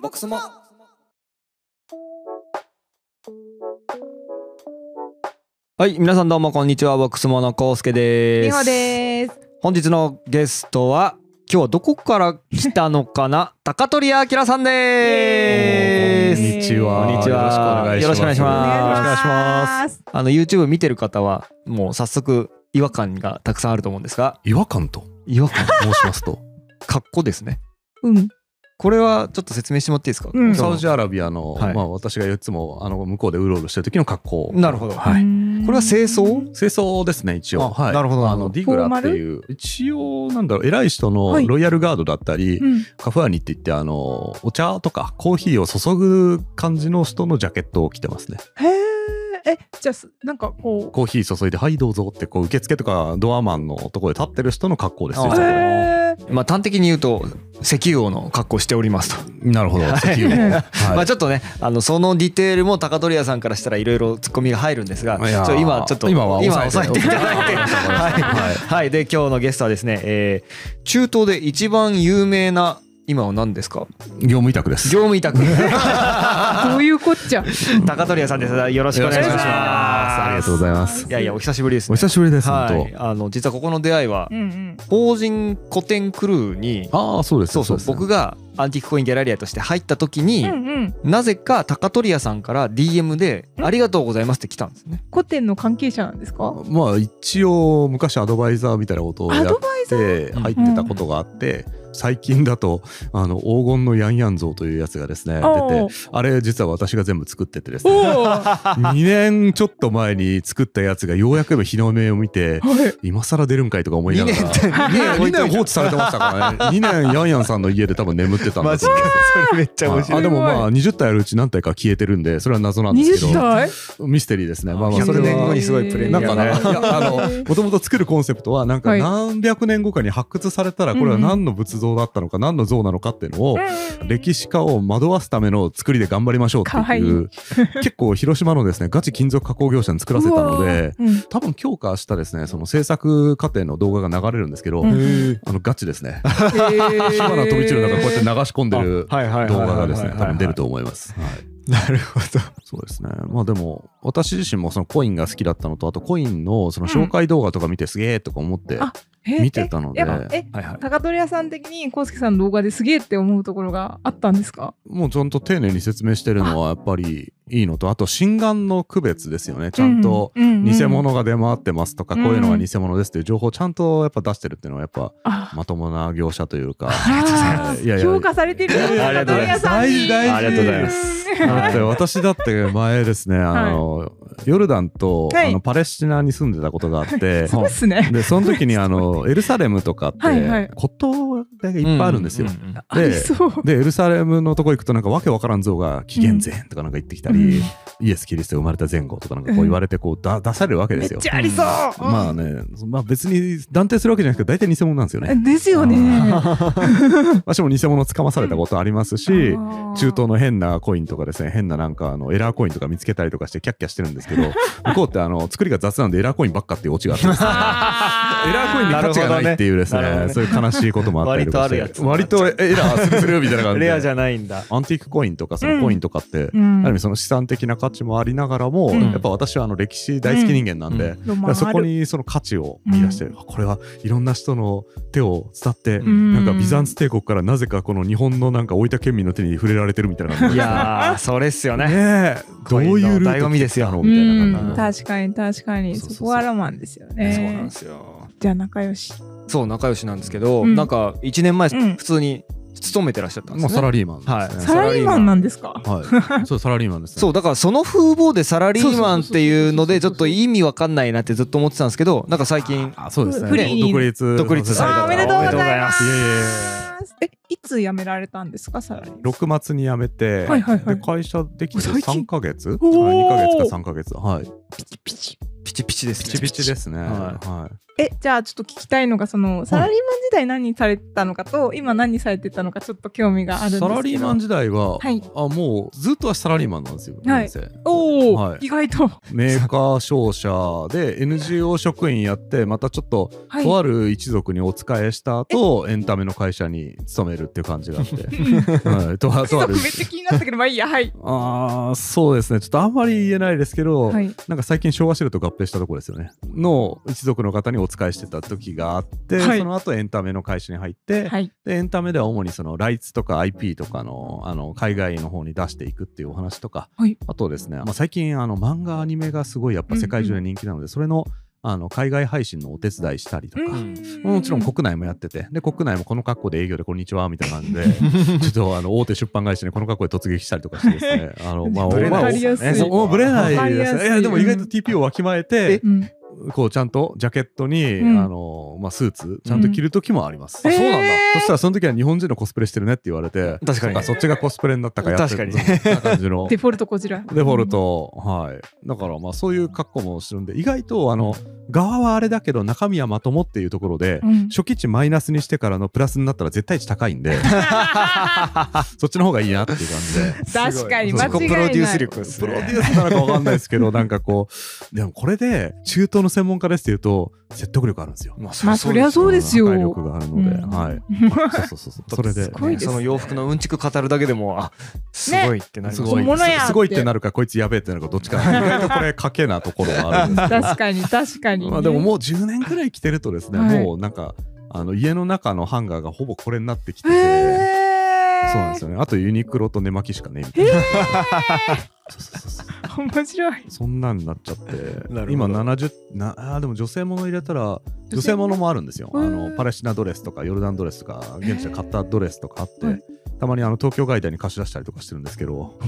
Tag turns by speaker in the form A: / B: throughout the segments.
A: ボックスも
B: はい、皆さんどうもこんにちは。ボックスモのコウスケです。
C: りほです。
B: 本日のゲストは今日はどこから来たのか な高取明さんで
C: イエーイ
B: す。
C: こんにちは
B: こんにちは。よろしくお願いし
C: お
B: ます。
C: 願いします。
B: あの YouTube 見てる方はもう早速違和感がたくさんあると思うんですが、
A: 違和感と
B: 違和感
A: 申します と
B: 格好ですね。
C: うん。
B: これはちょっと説明してもらっていいですか。
C: うん
A: サ
B: 今
A: ウ
B: 日
A: ジアラビアの、
B: はい
A: まあ、私がいつもあの向こうでうろうろしてる時の格好
B: のなるほど。こ
A: はい
C: こ
B: れは清掃？
A: 清掃ですね一応
B: あなるほど
A: あのディグラっていう一応なんだろう偉い人の
C: はい
A: ロイヤルガードだったり、
C: うん。
A: カフェアニって言ってあのお茶とかコーヒーを注ぐ感じの人のジャケットを着てますね
C: へえ。え、じゃあすなんかこ
A: コーヒー注いで「はいどうぞ」ってこう受付とかドアマンのところで立ってる人の格好ですよ
B: あ
C: う。
B: ー
A: それ
C: へえ。
B: まあ端的に言うと石油王の格好しておりますと。
A: なるほど石油
C: はい
A: もはい
B: まあちょっとねあのそのディテールも高取屋さんからしたらいろいろツッコミが入るんですが
A: いやー
B: ちょ今ちょっと
A: 今は
B: 今抑
A: 抑
B: えて
A: えて
B: いただいてはい、
A: はい
B: はい、で今日のゲストはですね、えー中東で一番有名な今は何ですか
A: 業務委託です
B: 業務委託
C: どういうこっちゃ。
B: 高取屋さんですよろしくお願いします
C: よろしくお願いします
A: ありがとうございます
B: いやいやお久しぶりです、ね、
A: お久しぶりです本
B: はい
A: 当
B: あの実はここの出会いは
C: うんうん。
B: 法人古典クルーに
A: ああそうです
B: そうそう僕がアンティークコインギャラリアとして入った時に、
C: うんうん。
B: なぜか高取屋さんから DM で「
C: ん
B: ありがとうございます」って来たんですね。
C: 古典の関係者なんですか？
A: まあ一応昔アドバイザーみたいなことをや
C: ア
A: っ
C: ドバイザー。
A: て
B: ドバ
A: 入
B: イ
A: っ
B: ザ
C: ー
A: てたことがあって最近だとあの黄金のヤンヤン像というやつがですね出
C: お
A: てあれ実は私が全部作っててで す
C: お。
A: ね
C: おお。は
A: 2年ちょっと前に作ったやつがようやく今日の目を見て
C: い。
A: 今更出るんかいとか思い
B: 2
A: なが
B: 年
A: ら
B: って2
A: 2年放
B: 置
A: 置されてましたからね2年ヤンヤンさんの家で多分眠ってたんだと思う
B: それめっち
A: はいあでもまあ20体あるうち何体か消えてるんでそれは謎なんで
C: 二
A: す
C: 十
A: けど
C: 代？
A: ミステリーですねまあまあそれ
B: 100年後
A: は
B: にすごいプレミア
A: な
B: ム
A: んか
B: だ
A: ない
B: ね。
A: やあのもともと作るコンセプトはなんか
C: はい
A: 何百年後かに発掘されたらこれは何の仏像だったのか何の像なのかっていうのを歴史家を惑わすための作りで頑張りましょうって
C: かわい
A: いう
C: い
A: 結構広島のですねガチ金属加工業者に作らせたので
C: うわ ー。
A: 多分今日か明日ですねその制作過程の動画が流れるんですけど
C: うんうん
A: あのガチですね
C: へえ
A: 火花飛び散る中こうやって流し込んでる
B: はいはいはい
A: 動
B: はい
A: 画
B: は
A: が
B: い
A: ですね多分出ると思います。
B: なるほど。
A: そうですね。まあでも、私自身もそのコインが好きだったのと、あとコインのその紹介動画とか見てすげえとか思って
C: あへえ
A: 見てたので、
C: えやっぱえ
B: はいはい。
C: 高取屋さん的にコウスケさんの動画ですげえって思うところがあったんですか？
A: もうちゃんと丁寧に説明してるのはやっぱりいいのと、あと心眼の区別ですよね。ちゃんと
C: うんうんうん
A: 偽物が出回ってますとか、
C: うん
A: こういうのが偽物ですっていう情報をちゃんとやっぱ出してるっていうのはやっぱ
C: あ
A: まともな業者というか。
C: あ
A: いや
C: ー
A: いや
C: 評価されてるよ
B: ありがとう ございます
C: 高取屋さんに
A: 大事
B: ありがとうございます。
A: だって私だって前ですね、あの、ヨルダンと、
C: はい
A: あのパレスチナに住んでたことがあって、
C: そうっすね。
A: でその時にあのエルサレムとかって
C: はいはい
A: 骨董がいっぱいあるんですよ。
B: うう
C: ありそう。
A: でエルサレムのとこ行くとなんかわけわからん像が紀元前とかなんか言ってきたり、
C: うん
A: イエス・キリストが生まれた前後とかなんかこう言われてこうだ出されるわけで
C: めっ
A: すよ。
C: ちゃありそう。
A: まあね、まあ、別に断定するわけじゃなくて大体偽物なんですよね。
C: ですよね。
A: 私も偽物つかまされたことありますし、中東
C: の。
A: の変なコインとかですね変ななんかあのエラーコインとか見つけたりとかしてキャッキャしてるんですけど 向こうってあの作りが雑なんでエラーコインばっかっていうオチ があってですねエラーコインに価値がないっていうですね
B: なるほどね
A: そういう悲しいこともあったりとかして
B: 割とあるやつ
A: 割とエラーするするみたいな感じで
B: レアじゃないんだ。
A: アンティークコインとかそのコインとかって、
C: うん
A: ある意味その資産的な価値もありながらも、
C: うん
A: やっぱ私はあの歴史大好き人間なんで、
B: うんうん
C: ロ
A: だ
C: マンある
A: からそこにその価値を見出して、
C: う
A: あこれはいろんな人の手を伝って、
B: うん
A: なんかビザンツ帝国からなぜかこの日本のなんか大分県民の手に触れられてるみたいな感じ
B: い
A: で
B: やーそれっすよね。
A: ねえどう
B: コインの
A: いうルー
B: 醍醐
A: ト
B: 味ですよ
A: 来たの
C: う
A: みたいな感
B: うん
A: じ
C: 確
A: の
C: かに確かに
A: そうそうそう
C: そこはロマンですよ
B: そうなん
C: ね
B: で。すよ。
C: じゃあ仲良し。
B: そう仲良しなんですけど、
C: うん
B: なんか1年前
C: うん
B: 普通に勤めてらっしゃったんで
A: もう
B: す
A: サ
B: ね。
A: ラリーマン
B: はい
A: ですね
C: サラリーマンなんですか？
A: はいそうサラリーマンですね
B: そうだからその風貌でサラリーマンっていうのでちょっと意味わかんないなってずっと思ってたんですけどなんか最近
A: あそうですね
C: フリーに
A: 独立
B: 独立された
C: あーおめでとうございます
A: いえいえい
C: えいつ辞められたんですかサラリーマン？
A: 6月に辞めて、
C: はいはいはい
A: で会社できて
C: お最近
A: 3ヶ月
C: おー
A: 2ヶ月か3ヶ月はい
C: ピチピチ。
B: ピチピチですね
A: ピチピチですね
B: は
A: はいい、
C: えじゃあちょっと聞きたいのがそのサラリーマン時代何されてたのかと、今何されてたのかちょっと興味があるんですけ
A: サ
C: ど
A: ラリーマン時代は、
C: はい
A: あもうずっとはサラリーマンなんですよ、
C: はい
A: 人生
C: おお、
A: はい
C: 意外と
A: メーカー商社で NGO 職員やってまたちょっと
C: はい
A: とある一族にお仕えした後、エンタメの会社に勤めるっていう感じがあって、はい、とあ
C: 貴
A: と
C: 族
A: ある
C: めっちゃ気になったけどまあいいやはい
A: あーそうですねちょっとあんまり言えないですけど、
C: はい
A: なんか最近昭和シェルと合併したとこですよねの一族の方にお仕えしてた時があって、
C: はい
A: その後エンタメの会社に入って、
C: はい
A: でエンタメでは主にそのライツとか IP とかのあの海外の方に出していくっていうお話とか、
C: はい
A: あとですね、まあ、最近あの漫画アニメがすごいやっぱ世界中で人気なので、それのあの海外配信のお手伝いしたりとか。もちろん国内もやってて、で、国内もこの格好で営業でこんにちはみたいな感 じで、ちょっとあの大手出版会社にこの格好で突撃したりとかしてですね、 あの、まあ、
C: ぶれない
A: まあ
C: わかりやすい
A: えそうもうぶれない
C: わかり
A: で
C: や
A: す
C: すい
A: ね。いや、でも意外と TP をわきまえて、
C: うん
A: こうちゃんとジャケットに、
C: うん
A: あの、まあ、スーツ、ちゃんと着る時もあります。
C: うんあそうなんだ
A: えーそしたらその時は日本人のコスプレしてるねって言われて、
B: 確かに
A: そっそっちがコスプレになったからやってる
B: 確かに
A: そんな感 じの。
C: デフォルトこちら
A: デフォルト、はい。だからまあそういう格好もしてるんで、意外とあの、側はあれだけど中身はまともっていうところで、
C: うん
A: 初期値マイナスにしてからのプラスになったら絶対値高いん でそっちの方がいいなっていう感じで。
C: 確かに間違いない
B: 自己プロデュース力です
A: プロデュ
B: ね
A: ースなのかわかんないですけどなんかこうでもこれで中東の専門家ですって言うと説得力あるんですよ。
B: まあ
C: まあそりゃそうですよ
A: 破壊力があるので、
C: うん
A: はい。そうそうそうそうそれで
C: ごいですね
B: その洋服のうんちく語るだけでもあすごいってなり
A: す
B: ます
A: ご
C: 本
A: い
C: 物やって
A: すごいってなるかこいつやべえってなるかどっちか意外とこれ賭けなところがあるんです
C: 確かに確かに、
A: まあでももう10年くらい着てるとですね、
C: はい
A: もうなんかあの家の中のハンガーがほぼこれになってきて
C: へ
A: て、
C: え
A: そうなんです
C: よ
A: よねあとユニクロと寝巻きしかねえみたいな、そうそうそうそう
C: 面白い
A: そんなんなっちゃって
B: なるほど
A: 今70なあーでも女性もの入れたら女性ものもあるんですよ
C: へ
A: あ
C: ー
A: のパレスチナドレスとかヨルダンドレスとか現地で買ったドレスとかあって、
C: へーはい
A: たまにあの東京外大に貸し出したりとかしてるんですけど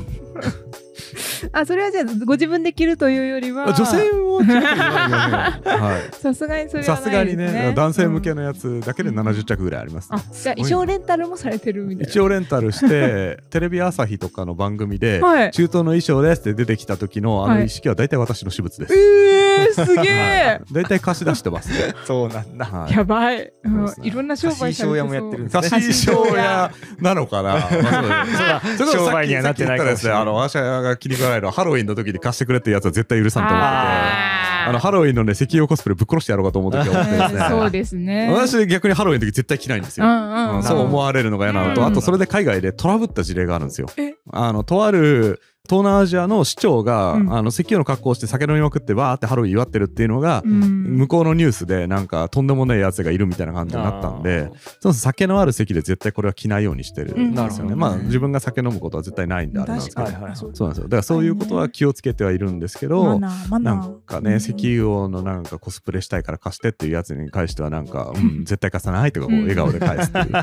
C: あそれはじゃあご自分で着るというよりは
A: あ女性もちょっと言わないよねはい
C: さす がにそれは
A: さ
C: ないです
A: がにね男性向け
C: の、
A: のやつだけで70着ぐらいあります
C: うん
A: ね
C: あじゃあ衣装レンタルもされてるみたいな
A: 一応レンタルしてテレビ朝日とかの番組で、
C: はい
A: 中東の衣装ですって出てきた時のあ
C: は
A: の
C: い
A: 意識は大体私の私物です。
C: えー、すげ
A: はい
C: え
A: 大体貸し出してますね。
B: そうなんだ
A: はい
C: やばい、うん
A: そうですね
C: いろんな商売されて
B: 貸
C: そう
B: 衣装屋もやってるんです
A: 貸し衣装屋なのか な、まあそうですね
B: 商売にはなってないかもしれない
A: さっき言ったですねあの、私が気に食わないのはハロウィンの時に貸してくれってやつは絶対許さんと思ってて、
C: あー
A: あの、ハロウィンのね、石油コスプレぶっ殺してやろうかと思う時は思ってですね。
C: うんそうですね
A: 私逆にハロウィンの時絶対着ないんです
C: うん
A: よ。
C: うん、
A: うん
C: ん、
A: そう思われるのが嫌なのと、
C: うん
A: あとそれで海外でトラブった事例があるんですよ
C: え。
A: あのとある東南アジアの市長が、
C: うん
A: あの石油の格好をして酒飲みまくってわーってハロウィン祝ってるっていうのが、
C: うん、
A: 向こうのニュースでなんかとんでもないやつがいるみたいな感じになったん でその酒のある席で絶対これは着ないようにしてるんですよね、
B: うん
A: まあ自分が酒飲むことは絶対ないんであれなんです
C: 確
A: けど
C: か
B: はいはい
C: に、
B: はい
C: そう
A: そうなんですよだからそういうことは気をつけてはいるんですけ
C: マ
A: ど、
C: ナーマナ
A: な
C: ー
A: んかね、石油王のなんかコスプレしたいから貸してっていうやつに関してはなんか、うん、絶対貸さないとかこう
C: うん
A: 笑顔で返すっていう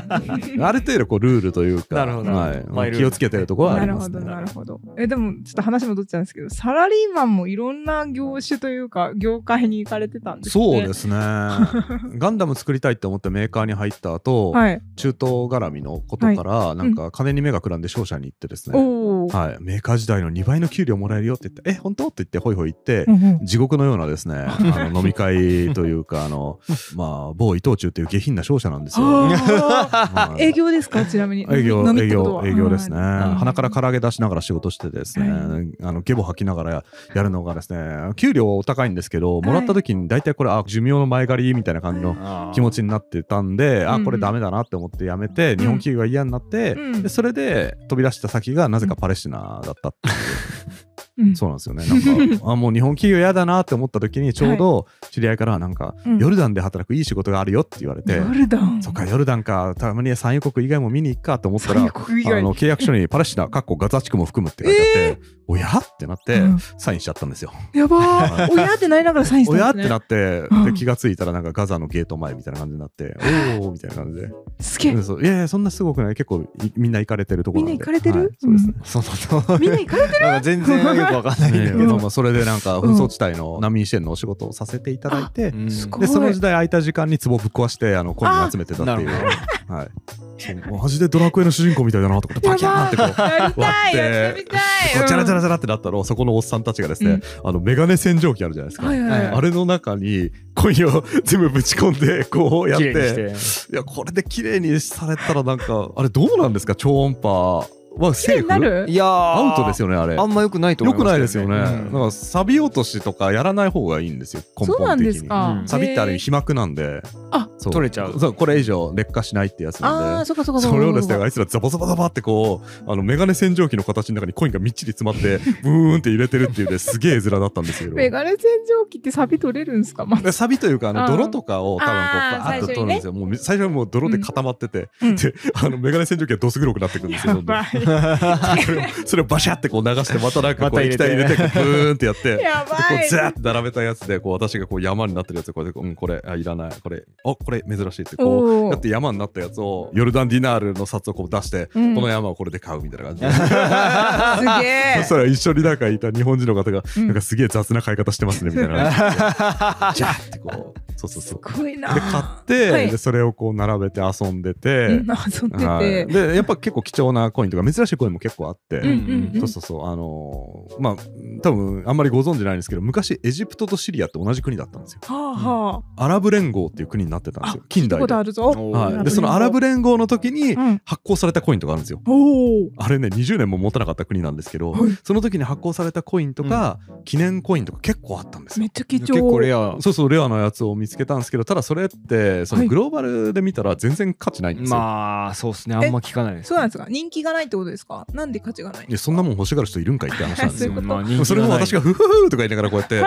A: ある程度こうルールというか
B: なるほど
A: はい
B: マイルール
A: 気をつけてるところはあ
C: な
A: り
C: る
A: ま
C: ほ
A: すね
C: どなるほどえでもちょっと話戻っちゃうんですけどサラリーマンもいろんな業種というか業界に行かれてたんですね
A: そうですすねガンダム作りたいって思ってメーカーに入った後、
C: はい
A: 中東絡みのことからなんか金に目がくらんで商社に行ってですね、
C: おお、
A: はい、メーカー時代の2倍の給料もらえるよって言って「え本当?」って言ってホイホイ行って、
C: うんうん
A: 地獄のよう なですねあの飲み会というかあの、まあ、某伊藤忠という下品な商社なんですよ。
C: あ
A: は
C: ー
A: い
C: 営業ですかちなみに
A: 営業
C: 飲みっ
A: 営
C: てこと
A: 業
C: は
A: 営業ですね、
C: はい
A: 鼻から唐揚げ出しながら仕事してですね、
C: は
A: あのゲボ吐きながらやるのがですね給料はお高いんですけどもらった時に大体これあ寿命の前借りみたいな感じの気持ちになってたんで、
C: う
A: あ
C: ん
A: これダメだなって思ってやめて、日本企業が嫌になって、
C: うん
A: でそれで飛び出した先がなぜかパレスチナだったっていう、
C: うん
A: そうなんですよねな んかあもう日本企業嫌だなって思った時にちょうど知り合いからなんか、
C: うん
A: ヨルダンで働くいい仕事があるよって言われて、
C: ヨルダン
A: そっかヨルダンかたまに産油国以外も見に行くかと思ったら
C: 産油国以
A: あ
C: 外
A: の契約書にパレスチナ、かっこガザ地区も含むって書いてあって、おやってなって、
C: うん
A: サインしちゃったんですよ。
C: やばー親ってなりながらサインし
A: おや
C: た
A: っ
C: んです
A: て
C: ね
A: なって、
C: う
A: で
C: ん
A: 気がついたらなんかガザのゲート前みたいな感じになって、おーみたいな感じで。
C: す げえ
A: でそういやいや、そんなすごくない。結構いみんな行かれてるところなん
C: み
A: で。
C: んな行かれてる
A: はいそうですね。
B: そうなんだ
C: みんな行かれてる
B: なんか全然よくわかんないけ
A: ね
B: ど、
C: うん
A: まあまあそれでなんか紛争地帯の難民支援のお仕事をさせていただいて、
B: うん
C: すごい
A: でその時代空いた時間に壺ぶっ壊してあのコインを集めてたっていう
B: あなる
A: はいそうマジでドラクエの主人公みたいだなと思ってバキャーンってこう
C: やりたい
A: 割って
C: やってみたい、
A: こうチャラチャ
C: うん
A: ラチャラってなったのをそこのおっさんたちがですね、
C: うん
A: あのメガネ洗浄機あるじゃないですか、
C: はいはいはい
A: あれの中にコインを 全部ぶち込んでこうやっ
B: 綺
A: て
B: 麗に
A: いやこれで綺麗にされたらなんかあれどうなんですか超音波はセー
C: な
A: フ
C: る
B: いやー
A: アウトですよねあれ
B: あんま良くないと思
A: よ
B: いま
A: く
B: す
A: ないですよね、
B: うん
A: なんか 錆び落としとかやらない方がいいんですよ根
C: そうな
A: 本
C: ん
A: 的
C: で
A: に
C: すか
B: う。ん
A: 錆びってあれ
C: へー
A: 皮膜なんで
C: あ
A: そう
B: 取れちゃう
A: そうこれ以上劣化しないってやつ
C: あ
A: な
C: あ、
A: んで
C: そっかそっかっ
A: そ
C: か
A: れをですねあいつらザバザバザバってこうあのメガネ洗浄機の形の中にコインがみっちり詰まって ブーンって入れてるっていうですげえ絵面だったんですけど
C: メガネ洗浄機ってサビ取れるんですか。ま
A: でサビというかあ
C: うん
A: の泥とかを多分こう
C: あー
A: バーッと取るんですよ、もう最初はもう泥で固まってて、
C: うん
A: であのメガネ洗浄機がどす黒くなってくるんですけどんどん
C: ばい。
A: それをそれをバシャってこう流してまたなんかこ
B: また
A: う
B: 入れて
A: 液体入れてこうブーンってやって
C: や
A: でこ
C: ば
A: う
C: い。
A: ザーって並べたやつでこう私がこう山になってるやつこれで、うん、これあいらないこれあこれ珍しいってこ
C: お
A: う
C: お
A: やっ。て山になったやつをヨルダンディナールの札をこう出して、
C: うん
A: この山をこれで買うみたいな感じで。
C: すげ
A: そ
C: え
A: し。たら一緒になんかいた日本人の方が、
C: うん
A: なんかすげえ雑な買い方してますねみたいな感じでジャーってこうそうそうそう
C: すごいな。
A: で買って、
C: はい
A: でそれをこう並べて遊んで
C: う
A: て
C: ん、遊んで
A: は
C: て。
A: いでやっぱ結構貴重なコインとか珍しいコインも結構あって、
C: うんうんうん
A: そうそうそう、あのーまあ、多分あんまりご存知ないんですけど、昔、エジプトとシリアって同じ国だったんですよ。
C: はあは
A: アラブ連合っていう国になってたんで
C: あ。
A: すよ、近
C: 聞いた
A: 代
C: こ
A: で。
C: とあ
A: は
C: るぞ。
B: おー
A: い、で、そのアラブ連合の時に
C: うん。
A: 発行されたコインとかあるんですよ。
C: おお。
A: あれね、20年も持たなかった国なんですけど
C: はい、
A: その時に発行されたコインとか、記念コインとか結構あったんですよ
C: めっちゃ貴重。
B: 結構レア
A: そうそうレアなやつを見つけたんですけどただそれってそ
C: は
A: の
C: い
A: グローバルで見たら全然価値ないんですよ、
B: まあそうですねあんま聞かないです
C: そうなんですか。人気がないってことですか。なんで価値がない
A: いやそんなもん欲しがる人いるんかいって話なんですよ
C: そういうこと
B: まあ
A: でもそれも私
B: が
A: が「フフフ」とか言いながらこう やって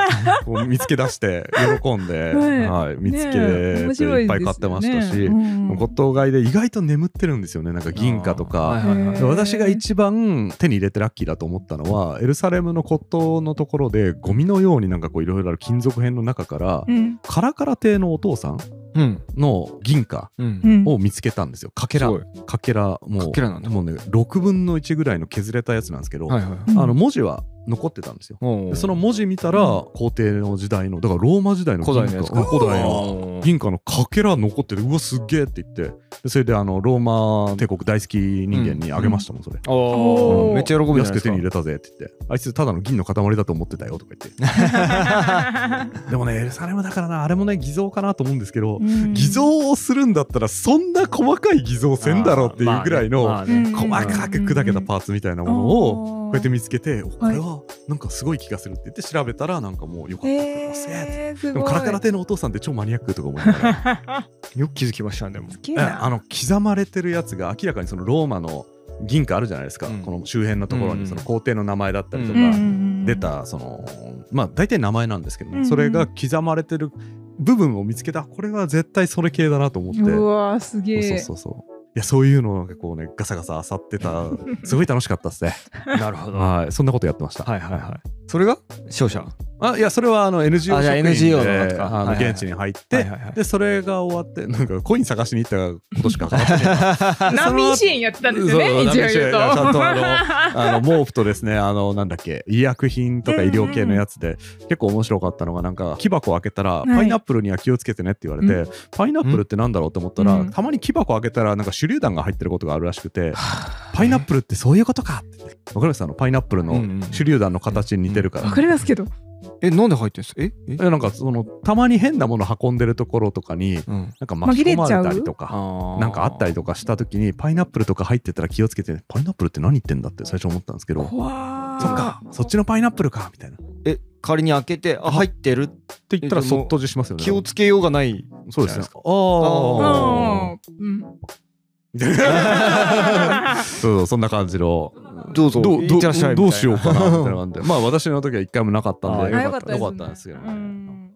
A: こう見つけ出して喜んで、
C: はい
A: はい、見つけ
C: ね
A: て
C: え面白
A: いっぱい
C: で
A: 買っ
C: す
A: て
C: よ
A: ま
C: ね
A: したし、
C: うん
A: 骨董買いで意外と眠ってるんですよねなんか銀貨と
B: はい
A: か。
B: はいはい
C: へ
A: で私が一番手に入れてラッキーだと思ったのはエルサレムの骨董のところでゴミのようになんかこういろいろある金属片の中から、
C: うん
A: カラカラ亭のお父さん
B: うん
A: の銀貨
B: うん
C: うん。
A: を見つけたんですよかけら
B: すごい
A: かけらもう
B: かけらなんだ
A: もうね6分の1ぐらいの削れたやつなんですけど、
B: はいはいはい
A: あの文字は残ってたんですよ
B: お
A: で
B: ー
A: その文字見たら皇帝の時代のだからローマ時代の
B: 古
A: 銀
B: 代
A: 貨
B: のやつか
A: 古代の
B: の
A: 銀貨のかけら残っててうわすっげえって言ってでそれであのローマ帝国大好き人間にあげましたもんそれ、
B: おーめっちゃ喜ぶじゃな
A: 安
B: い
A: く
B: です
A: 手
B: か
A: に入れたぜって言ってあいつただの銀の塊だと思ってたよとか 言ってでもねエルサレムだからなあれもね偽造かなと思うんですけど、
C: うん
A: 偽造をするんだったらそんな細かい偽造せんだろうっていうぐらいの、
B: まあねまあね
A: 細かく砕けたパーツみたいなものをこうやって見つけて、おこれはなんかすごい気がするって言って調べたらなんかもうよかったと思いますね
C: えー、す
A: で
C: ご
A: も
C: い。
A: カラカラ亭のお父さんって超マニアックとか思いながら
B: よく気づきましたねでも
C: すげえ
A: え
C: な
A: あの刻まれてるやつが明らかにそのローマの銀貨あるじゃないですか、
B: うん
A: この周辺のところ
B: うんうん
A: にその皇帝の名前だったりと
B: うんうん
A: か
B: うん
A: 出。たそのまあ大体名前なんですけど
C: うんう
A: ね
C: ん
A: それが刻まれてる部分を見つけたこれは絶対それ系だなと思って
C: うわーすげえ。
A: そうそうそういやそういうのをなんかこうねガサガサ漁ってた すごい楽しかったっすね
B: なるほどは
A: はいそんなことやってました
B: いはいはいそれが勝者
A: あいやそれはあの NGO
B: あじゃあ
A: 職員で
B: NGO の方か
A: あの
B: はいはいはい
A: 現地に入っ
B: はい
A: て
B: はいはい
A: でそれが終わってなんかコイン探しに行ったことしか分からない
C: 難民支援やってたんですよね、
A: そ
C: 一
A: う
C: 応
A: 難民支
C: 言
A: 援
C: うと。
A: ちゃん とあのあの毛布とですねあのなんだっけ医薬品とか医療系のやつで、結構面白かったのがなんか木箱開けたら、
C: い
A: パイナップルには気をつけてねって言われて、
C: う
A: パイナップルってなんだろうと思ったら、
C: うん
A: たまに木箱開けたらなんか手榴弾が入ってることがあるらしくて、パイナップルってそういうことかってわかりますあのパイナップル
B: う
A: の
B: んうん
A: 手榴弾の形に似てるから、
C: わかりますけど。
B: えなんで入ってんすかええ
A: えなんかそのたまに変なもの運んでるところとかに
B: うん
A: なんか巻き込まれたりとか
B: あ
A: なんかあった
B: り
A: りとかした時にパイナップルとか入ってたら気をつけて、ね、パイナップルって何言ってんだって最初思ったんですけど
C: わー
A: そっかそっちのパイナップルかみたいなっ
B: え仮に開けてあ入ってる
A: て言ったらそっと閉じしますよね
B: 気をつけようがない
A: そうですねあ
C: う
A: あ
C: んうん。
A: そう そうそんな感じの
B: どうぞ
A: どう
B: い
A: ど
B: ってらっしゃいう
A: どうしようかなみたいな
B: み
A: 感じでまあ私の時は一回もなかったんで
B: あ
C: あ
B: よ
C: よ
B: か
C: か
B: っ
C: ったた
A: よかったんですけど
C: う
A: ね
C: ん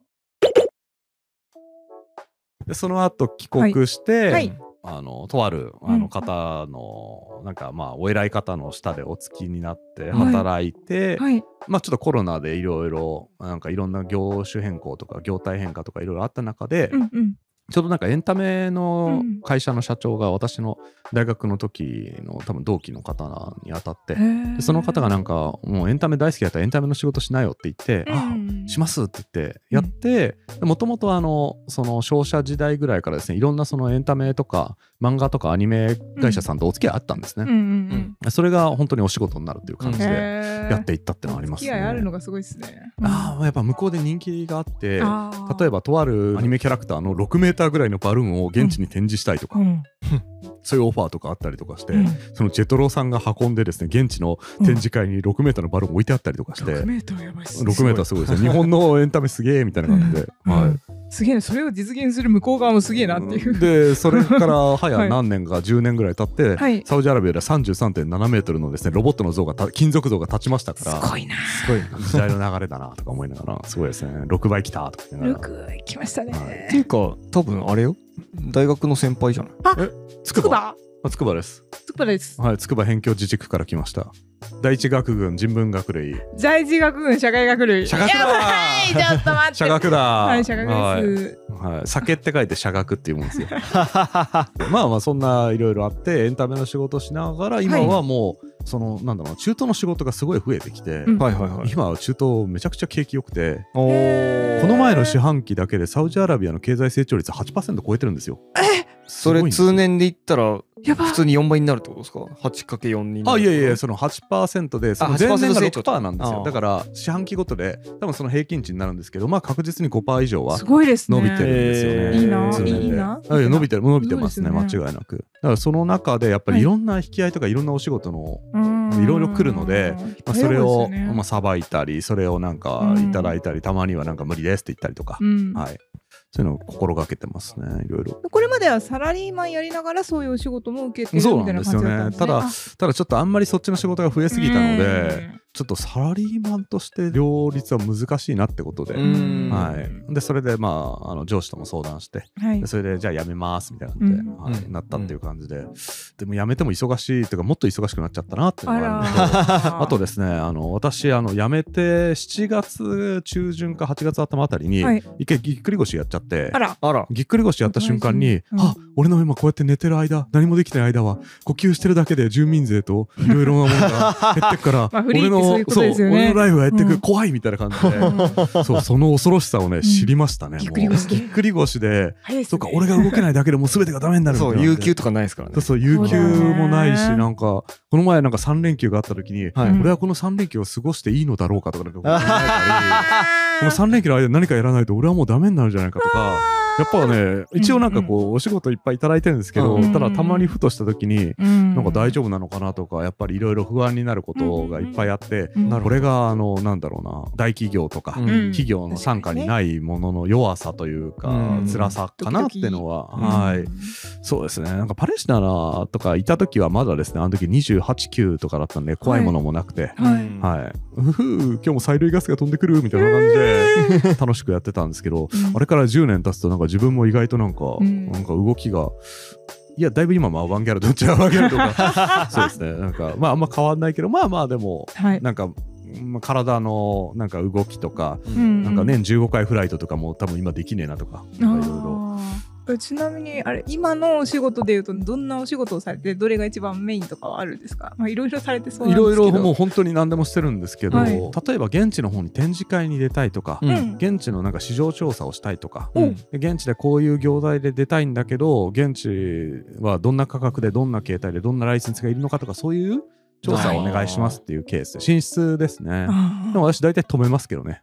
A: でその後帰国して、
C: はいはい
A: あのとあるあ
C: うん
A: の方の、なんかまあお偉い方の下でお付きになって
B: はい
A: 働いて、
C: はい。
A: まあちょっとコロナでいろいろなんかいろんな業種変更とか業態変化とかいろいろあった中で、
C: うんうん。
A: ちょうどなんかエンタメの
C: うん。
A: 会社の社長が私の大学の時の多分同期の方に当たって、でその方がなんかもうエンタメ大好きだったらエンタメの仕事しなよって言って、あしますすって言ってやってもともとあのその商社時代ぐらいからですねいろんなそのエンタメとか漫画とかアニメ会社さんとお付き合いあったんです
C: うん
A: ね
C: う、ん
A: それが本当にお仕事になるっていう感
C: う
A: じ
C: ん。
A: で
C: へー
A: やっていったってのはあります
C: 付き合いあるのがすごいですね。
A: ああやっぱ向こうで人気があって
C: あ
A: 例え
C: ば、
A: ばとあるアニメキャラクターの6メーターぐらいのバルーンを現地に展示したいとか、
C: うん
A: そういうオファーとかあったりとかして、
C: うん
A: そのジェトロさんが運んでですね現地の展示会に6メーターのバルーン置いてあったりとかして、
C: 6メートルやばいっすね。
A: 6メーターすごいですね日本のエンタメすげえみたいな感じで、
C: うん
A: はい、
C: すげえなそれを実現する向こう側もすげえなっていう。
A: でそ れからは
C: は
A: や
C: い
A: 何年か10年ぐらい経って、
C: はい
A: サウジアラビアで33.7メートルのですねロボットの像がた金属像が立ちましたか
C: す
A: ら
C: ごいな。
B: すごい。
A: 時代の流れだなとか思いながらすごいですね6倍来たとか言いながら
C: 6来ました
A: は
C: ね
B: って。いうか多分あれよ大学の先輩じゃない
A: つ
C: つく
A: くば
C: ば
A: あつくばです
C: つくばです。
A: はい筑波辺境自治区から来ました第一学軍人文学類
C: 在地学軍社会学類。
A: 社学だ
C: やばいちょっと待って。
A: 社学だ
C: はい、社学
A: はい
C: です。
A: はい、酒って書いて社学っていうもんです よまあまあそんないろいろあってエンタメの仕事しながら今はもう、そのなんだろうな中東の仕事がすごい増えてきて、
C: うん
B: はいはいはい
A: 今は中東めちゃくちゃ景気良くて
B: お
C: へー
A: この前の四半期だけでサウジアラビアの経済成長率8%超えてるんですよ。
B: それ通年で言ったら
C: やば
B: 普通に4倍になるってことですか 8×4 にな
A: あ
B: る
A: いやいやその8%でその前年が
B: 8%
A: 6%なんです
B: あ
A: よ
B: あ
A: だから四半期ごとで多分その平均値になるんですけどまあ確実に5%以上は
C: すごいですね。
A: 伸びてるんですよね。
B: へーいいな
A: 通年で
B: いい
C: な
A: あや伸びてる伸びてますね
C: そう
A: 間
C: です
A: 違
C: よ
A: いなく。だからその中でやっぱり
C: はい
A: いろんな引き合いとかいろんなお仕事の、
C: うん
A: いろいろ来るので、まあ、それを
C: 早いですよね
A: まあさばいたりそれをなんかいただいたりたまにはなんか無理ですって言ったりとか
C: うん
A: はい。そういうのを心がけてますね、いろいろ。
C: これまではサラリーマンやりながらそういうお仕事も受けて
A: そ
C: る
A: う
C: みたい
A: なん
C: な
A: です
C: 感
A: よ
C: じだ
A: ね
C: ったんですね。
A: ただ
C: あ、
A: ただちょっとあんまりそっちの仕事が増えすぎたので、
C: うん
A: ちょっとサラリーマンとして両立は難しいなってことで、
B: うーん
A: はい。で、それで、まあ、あの上司とも相談して、
C: はい
A: でそれで、じゃあ辞めますみたいな感じで、
C: うん
A: はい
B: うん
A: なったっていう感じで、でも辞めても忙しいというか、もっと忙しくなっちゃったなっていう
C: あ
A: のがあるんですけど
C: ら
A: あとですね、あの私あの、辞めて7月中旬か8月頭あたりに、
C: はい
A: 一回ぎっくり腰やっちゃって、
C: あら
B: あら
A: ぎっくり腰やった瞬間に、
C: うん
A: あ俺の今こうやって寝てる間何もできてない間は呼吸してるだけで住民 税といろいろなものが減ってくから
C: まあフリー
A: 俺
C: ってそういうことで
A: の
C: すよね
A: 俺のライフが減ってく、
C: うん
A: 怖いみたいな感じ
C: うん
A: でそうその恐ろしさをね
C: ん
A: 知りましたね、もう
C: ぎっくり腰で
A: ぎっくり腰で
C: 早いですね
A: そう か俺が動けないだけでもう全てがダメになるみたい
B: そ
A: な
B: う有給とかないですからね
A: そうそう有給もないし
C: そうだね
A: なんかこの前なんか3連休があった時に、
B: はい
C: うん
A: 俺はこの3連休を過ごしていいのだろうかとかなんか考えた り。
C: あ
A: この3連休の間に何かやらないと俺はもうダメになるんじゃないかとか やっぱね一応なんかこう、お仕事いっぱいいただいてるんですけど、
B: うん
A: ただたまにふとした時に、
C: な
A: なんか大
C: 夫
A: 丈夫なのかなとかやっぱりいろいろ不安になることがいっぱいあって、
C: うん
A: これがあのなんだろうな大企業とか、
B: うん
A: 企業の傘下に
C: い
A: ないものの弱さというか、
B: うん
A: 辛さかなってのは、はい、
C: い
A: そうですねなんかパレスチナとかいた時はまだですねあの時289とかだったんで怖いものもなくて、
C: はい
A: はい、うふう今日も催涙ガスが飛んでくるみたいな感じで楽しくやってたんですけど、
C: うん
A: あれから10年経つとなんか自分も意外となんか、
C: うん
A: なんか動きがいやだいぶ今もアバンギャルドっちゃアバンギャルドが そうですねなんかまああんま変わんないけどまあまあでも
C: はい
A: なんか、まあ体のなんか動きとか、
C: うん
A: なんか年15回フライトとかも多分今できねえなとか
C: あ
A: なんかいろいろ。
C: ーえちなみにあれ今のお仕事でいうとどんなお仕事をされてどれが一番メインとかはあるんですかまあいろいろされてそうないんです
A: ろ
C: け
A: い
C: ど
A: ろもう本当に何でもしてるんですけど、
C: はい
A: 例えば現地の方に展示会に出たいとか、
B: うん
C: うん
A: 現地のなんか市場調査をしたいとか、
B: うん
A: で現地でこういう業態で出たいんだけど現地はどんな価格でどんな形態でどんなライセンスがいるのかとかそういう調査をお願いしますっていうケースで進出ですね。
C: あー
A: でも私大体止めますけどね。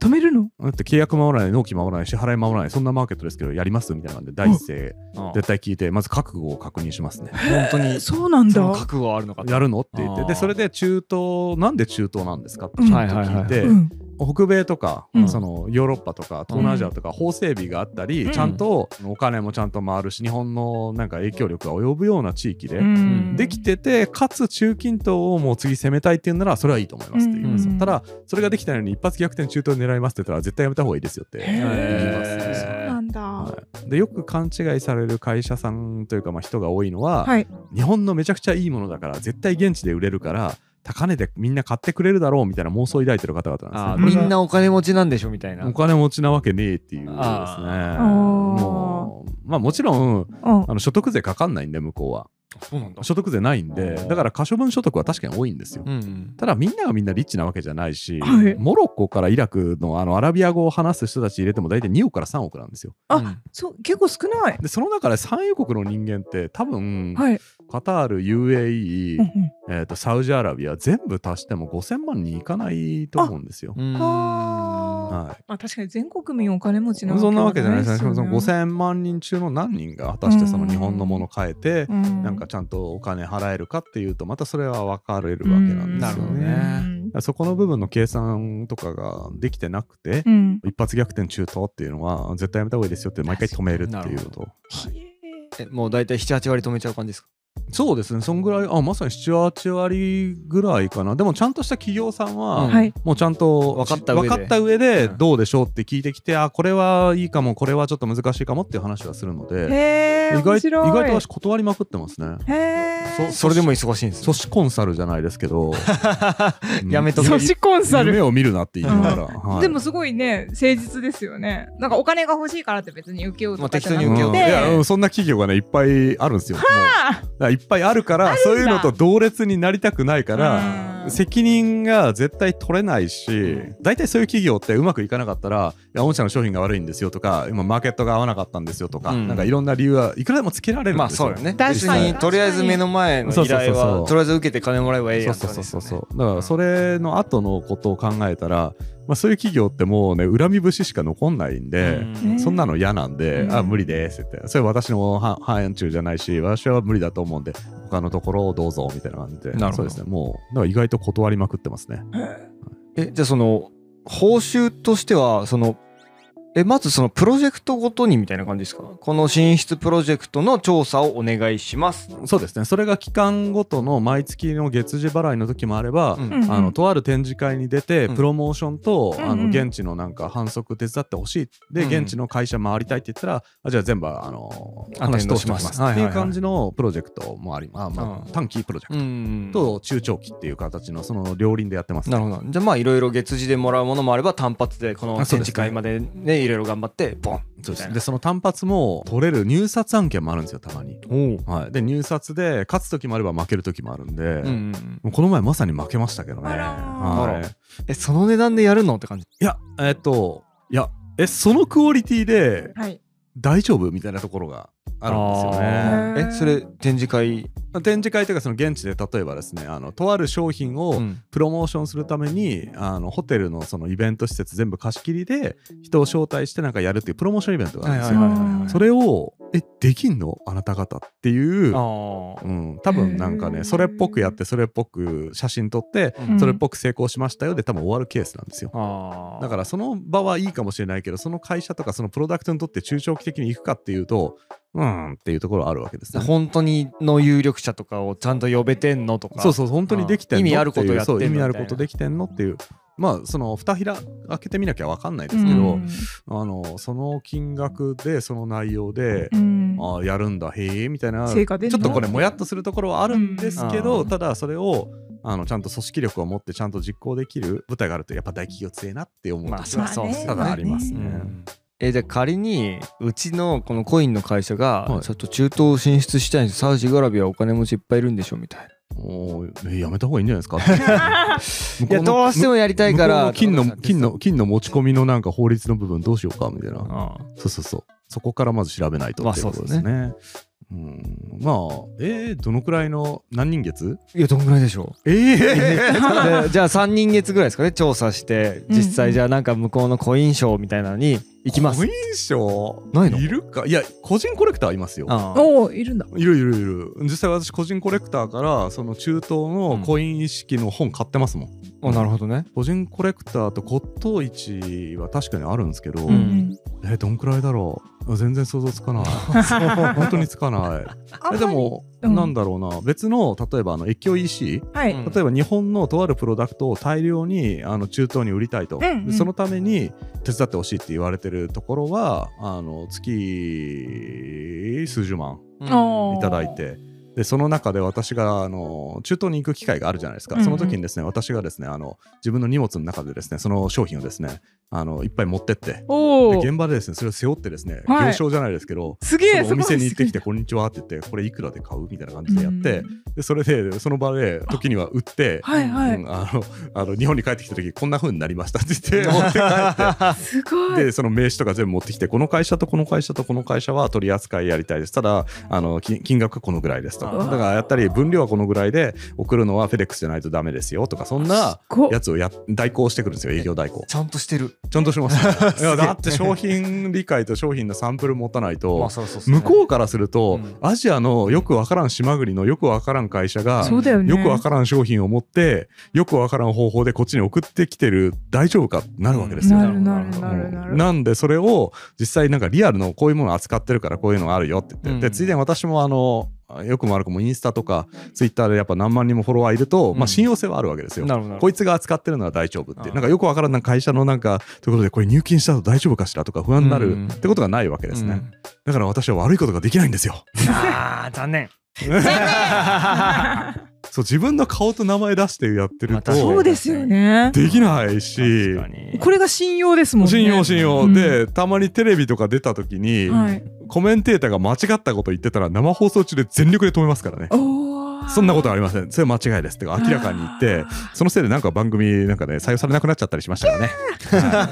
C: 止めるの
A: だって契約守らない、納期守らない、支払い守らない、そんなマーケットですけど、やりますみたいなんで、第一声、
B: あ
A: 絶対聞いて、まず覚悟を確認しますね。
B: 本当に
C: そうなん
B: そ
C: だ
B: の覚悟はあるのかと
A: やるのって言って、
B: あー
A: で、それで中東、なんで中東なんですかって
C: うん
A: 聞いて、
C: うん
A: 北米とか、
B: うん
A: そのヨーロッパとか東南アジアとか法整備があったり、
C: うん
A: ちゃんとお金もちゃんと回るし日本のなんか影響力が及ぶような地域で、
C: うん
A: できててかつ中近東をもう次攻めたいっていうならそれはいいと思いますって言います、
C: うん
A: ただそれができたのに一発逆転中東狙いますって言ったら絶対やめた方がいいですよって言います
C: そう
B: へー
C: なんだ
A: はい、でよく勘違いされる会社さんというか、まあ、人が多いのは、
C: はい
A: 日本のめちゃくちゃいいものだから絶対現地で売れるから高値でみんな買ってくれるだろうみたいな妄想を抱いてる方々なんですね
B: あー
C: これ
B: み
C: が
B: んなお金持ちなんでしょみたいな
A: お金持ちなわけねえっていうですね
B: あ
C: ー
A: ものまあもちろん
C: うん
A: あの所得税かかんないんで向こうは
B: そうなんだ
A: 所得税ないんで
B: あー
A: だから可処分所得は確かに多いんですよ
B: うんうん
A: ただみんながみんなリッチなわけじゃないし、
C: はい
A: モロッコからイラクのあのアラビア語を話す人たち入れても大体2億から3億なんですよ
C: あ
B: うん
C: そう結構少ない。
A: でその中で産油国の人間って多分、
C: はい。
A: カタール UAE、えー、とサウジアラビア全部足しても5000万人いかないと思うんですよ。
B: うん
C: あ
A: はい
C: あ確かに全国民お金持ちな
A: そんなわけじゃないです
C: です
A: ね。しか
C: よ
A: もその5000万人中の何人が果たしてその日本のものを変えて、
C: うん
A: なんかちゃんとお金払えるかっていうとまたそれは分かれるわけな
B: うん
A: んですよ
B: なるほどね
A: ね。そこの部分の計算とかができてなくて、
C: うん。
A: 一発逆転中東っていうのは絶対やめた方がいいですよって毎回止めるっていう
B: 確か
A: と。
B: えもう大体78割止めちゃう感じですか
A: そうですね、そんぐらい、あまさに7、8割ぐらいかな。でもちゃんとした企業さんは、
B: うん
C: はい。
A: もうちゃんと
B: 分かった上で
A: 分かった上で
B: うん
A: どうでしょうって聞いてきて、あこれはいいかもこれはちょっと難しいかもっていう話はするので、
C: へえ
A: 意外
C: 面
A: 意
C: 白い。
A: 外と私断りまくってますね
C: へえ。
B: それでも忙しいんです
A: 組織コンサルじゃないですけど
B: やめとけ
C: 組織コンサル
A: 夢。を見るなって言いながら、はい
C: でもすごいね誠実ですよねなんかお金が欲しいからって別に受けようとかじゃなく
A: うん
B: ま
A: い
B: あ適当に受けよう
C: て、
A: やうんそんな企業がねいっぱいあるんですよもう
C: あ
A: だからいっぱいあるからそういうのと同列になりたくないから
C: うん
A: 責任が絶対取れないし大体そういう企業ってうまくいかなかったら「いや御社の商品が悪いんですよ」とか「今マーケットが合わなかったんですよ」とか、
B: うん
A: なんかいろんな理由はいくらでもつけられるん
B: まあ
A: です
B: そう
A: よ、
B: よね
C: 確かに
B: 別とりあえず目の前の依頼
A: そうそうそうそ
B: は
A: う
B: とりあえず受けて金もらえばええ
A: そ
B: や
A: うんそうそうそう
B: とかですよね
A: そうだからそれの後のことを考えたら、まあ、そういう企業ってもうね恨み節しか残んないんで、
B: うん
C: ね
A: そんなの嫌なんで、
C: うん
A: あ無理ですってそれ私の範範疇じゃないし私は無理だと思うんで他のところをどうぞみたいな感じで
B: なるほど
A: そうですねもうだから意外と断りまくってますね
B: えじゃあその報酬としてはそのえまずそのプロジェクトごとにみたいな感じですかこの進出プロジェクトの調査をお願いします、
A: そうですねそれが期間ごとの毎月の月次払いの時もあれば、
B: うん
C: ーうん
A: あのとある展示会に出て、
B: うん
A: プロモーションと、
C: うんうん
A: あの現地のなんか反則手伝ってほしいで、
B: うん
A: 現地の会社回りたいって言ったらあじゃあ全部あの
B: アテン
A: 話
B: ド
A: 通
B: し
A: し
B: ま
A: ますす
B: はい
A: って
B: はいはいう
A: い感じのプロジェクトもあります、まあま
B: うん
A: あ、短期プロジェク
B: ん
A: トと中長期っていう形のその両輪でやってます、
B: なるほどじゃあまあいろいろ月次でもらうものもあれば単発でこの展
A: あそうで
B: 示
A: すね
B: 会までねいろいろ頑張ってボンみた
A: そうで
B: い
A: す
B: な
A: でその単発も取れる入札案件もあるんですよたまに、はい、で入札で勝つ時もあれば負ける時もあるんで、
B: うんうんうん
A: もうこの前まさに負けましたけどね
C: あら
A: はい
B: えその値段でやるのって感じ
A: いや、えっと、いや、え、そのクオリティで
C: はい
A: 大丈夫みたいなところがあるんですよね。
C: あー
B: えそれ展示会、
A: 展示会というか、その現地で例えばですね、あのとある商品を
B: ん
A: プロモーションするために、あのホテルのそのイベント施設全部貸し切りで人を招待してなんかやるっていうプロモーションイベントがあるんですよ。
C: はいはい
A: それを、え、できんのあなた方っていう。
B: あ
A: うん、多分なんか
C: へー
A: ねそれっぽくやってそれっぽく写真撮って
B: あ、
C: ん
A: それっぽく成功しましたよで多分終わるケースなんですよ。
B: あ
A: だからその場はいいかもしれないけどその会社とかそのプロダクトにとって中長期的にいくかっていうとうーんっていうところはあるわけですね。
B: 本当にの有力者とかをちゃんと呼べてんのとか
A: そうそう本当にできてんの
B: 意味あること
A: っていう
B: やってんの
A: そう意味ある
B: みたい
A: こ
B: な
A: とできてんのっていうまあその二ひら開けてみなきゃ分かんないですけど、あのその金額でその内容で、
C: うん
A: ああやるんだへえみたいな
C: 成果出ん
A: ち
C: の
A: ょっとこれもやっとするところはあるんですけ
B: うん
A: ど、
B: あー
A: ただそれをあのちゃんと組織力を持ってちゃんと実行できる舞台があるとやっぱ大企業強えなって思う、
B: まあ
C: まあね
B: そうそう
A: ただありますね。
B: えじゃあ仮にうちのこのコインの会社が、
A: はい
B: ちょっと中東進出したいんですサウジアラビアはお金持ちいっぱいいるんでしょみたいな
A: おーえやめた方がいいんじゃないですか
B: い やどうしてもやりたいから
A: 向こうの金
B: と
A: の
B: かさ
A: 金の金の持ち込みのなんか法律の部分どうしようかみたいな
B: ああ
A: そうそうそうそこからまず調べないと
B: まあ
A: っていうことですね,、うんまあえー、どのくらいの何人月
B: いやどんぐらいでしょ
A: ええ
B: うでじゃあ3人月ぐらいですかね調査して
C: うん
B: 実際じゃあなんか向こうのコインショーみたいなのに行きます
A: コイン賞
B: ないの
A: いるかいや個人コレクターいますよ
B: ああ
C: おおいるんだ
A: いるいるいる実際私個人コレクターからその中東のコイン意識の本買ってますもん、
B: おなるほどね
A: 個人コレクターと骨董市は確かにあるんですけど、
B: うん
A: えーどんくらいだろう全然想像つか ない本当につかない
C: あんま
A: え
C: り
A: でも、
C: うん
A: なんだろうな別の例えばあの越境 EC
C: はい
B: うん
A: 例えば日本のとあるプロダクトを大量にあの中東に売りたいと、
C: うんうん
A: そのために手伝ってほしいって言われてるところはあの月数十万
B: う
C: ああ
A: いただいて。ででその中で私があの中東に行く機会があるじゃないです
C: うん
A: か
C: うん
A: その時にですね私がですねあの自分の荷物の中でですねその商品をですねあのいっぱい持ってって
C: お
A: で
C: お
A: 現場でですねそれを背負ってですね
C: はい
A: 行商じゃないですけど
C: すげえ
A: そのお店に行ってき
C: て
A: て「こんにちは」って言って「これいくらで買う?」みたいな感じでやってでそれでその場で時には売って
C: はいは
A: う
C: い
A: んあのあの日本に帰ってきた時こんな風になりましたって言って持って帰って
C: すごい
A: でその名刺とか全部持ってきてこの会社とこの会社とこの会社は取り扱いやりたいですただあのき金額はこのぐらいです
B: う
A: とか
B: わ
A: だからやったり分量はこのぐらいで送るのはフェデックスじゃないとダメですよとかそんな
C: こ
A: やつをや代行してくるんですよ営業代行
B: ちゃんとしてる。
A: ちゃんとします いや
B: すげえ
A: だって商品理解と商品のサンプル持たない
B: ま
A: と
B: あそりゃそうっすね
A: 向こうからすると
B: うん
A: アジアのよくわからん島国のよくわからん会社が
C: そうだよね
A: よくわからん商品を持ってよくわからん方法でこっちに送ってきてる大丈夫かってなるわけですよ。
C: なるなるなるな
A: う
C: る
A: んなんでそれを実際なんかリアルのこういうものを扱ってるからこういうのがあるよって言って、
B: うん
A: でついでに私もあのよくも悪くもインスタとかツイッターでやっぱ何万人もフォロワーいると、
B: うん
A: まあ信用性はあるわけですよ。
B: なるほどなるほ
A: こ
B: ど。
A: いつが扱ってるのは大丈夫って
B: あ
A: いう
B: ー
A: なんかよくわからんなんか会社のなんかところでこれ入金した後大丈夫かしらとか不安になる
B: うん
A: ってことがないわけですね、
B: うん
A: だから私は悪いことができないんですよ
B: ああ残 念。
A: そう自分の顔と名前出してやってる
B: まあ確かに
A: と
C: そうですよね
A: できないし
B: 確かに
C: これが信用ですもんね
A: 信用信用、
C: うん
A: でたまにテレビとか出た時に、
C: はい
A: コメンテーターが間違ったこと言ってたら生放送中で全力で止めますからね
C: おー
A: そんなことはありませんそれは間違いですってか明らかに言って
C: あ
A: そのせいでなんか番組なんかね採用されなくなっちゃったりしましたからね、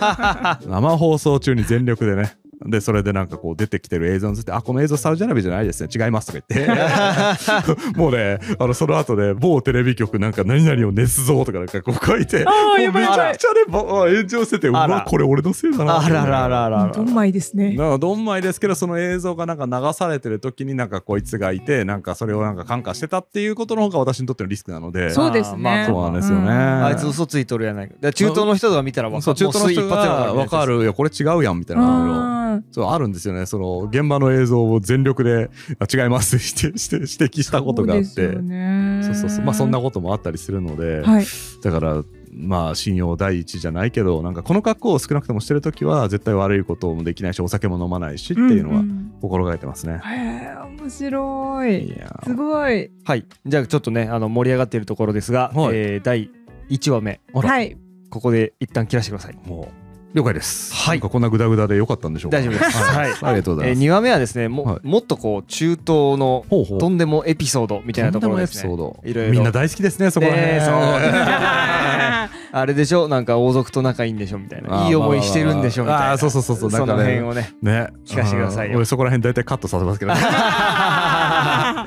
A: はい生放送中に全力でねでそれでなんかこう出てきてる映像について「あこの映像サウジアラビアじゃないですね違います」とか言 ってもうねあのその後で某テレビ局なんか何々を捏造とかなんかこう書いても
C: あ
A: う
C: ー
A: め
C: や
A: っ
C: ばいや
A: ち
C: ば
A: ゃ
C: い
A: くちゃねぼあ炎上しててう
B: あ
A: わ
B: ら
A: これ俺のせいだな
B: あらららら
C: ど
B: ら
C: ん。まいですね
A: なんかどんまいですけどその映像がなんか流されてる時になんかこいつがいてなんかそれをなんか感化してたっていうことの方が私にとってのリスクなので
C: そうですね
B: まあまあ
A: そうなんですよね、
C: うん
B: あいつ嘘ついとるやないか。だから中東の人が見たらわか
A: そう
B: る。
A: 中東の人が
B: わ
A: 分か。るいやこれ違うやんみたいなのを
C: あ
A: そうあるんですよねその現場の映像を全力であ違います って指摘して指摘したことがあって
C: そうですよね
A: そうそうそうまあそんなこともあったりするので、
C: はい
A: だからまあ信用第一じゃないけどなんかこの格好を少なくともしてる時は絶対悪いこともできないしお酒も飲まないしっていうのは
C: んん
A: 心がけてますね。
C: へえ面白い
A: いやー
C: すごい
B: はい。じゃあちょっとねあの盛り上がっているところですが、
A: はい
B: えー第一話目
A: あら
C: はい
B: ここで一旦切らしてください。
A: もう了解です。
B: はい
A: なんかこんなグダグダでよかったんでしょうか。
B: 大丈夫です
A: はい。
B: は
A: ありがとうござ
B: え
A: います。
B: 2話目はですねも,、
A: はい
B: もっとこう中東の
A: ほうほう
B: とんでもエピソードみたいなところです
A: とん
B: ね
A: でもエピソード
B: いろいろ
A: みんな大好きですね。そこら
B: ね
A: 辺。
B: え そう
C: あ
B: あれでしょなんか王族と仲いいんでしょみたいないい思いしてるんでしょみたいな
A: あーそうそうそうそう
B: そ
A: なん
B: の
A: かね
B: 辺をね
A: ね。
B: 聞かせてくださいよ
A: うん俺そこら辺大体カットさせますけ ど。じゃあ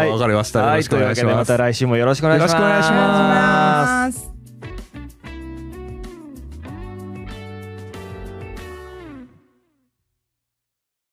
B: はい
A: わかりました。よ
B: は
A: ろ
B: い
A: しく
B: と
A: お
B: いう
A: 願
B: わ
A: い
B: け
A: し
B: で
A: ま
B: ますた。来週もよろしくお願いします
A: よろしくお願いします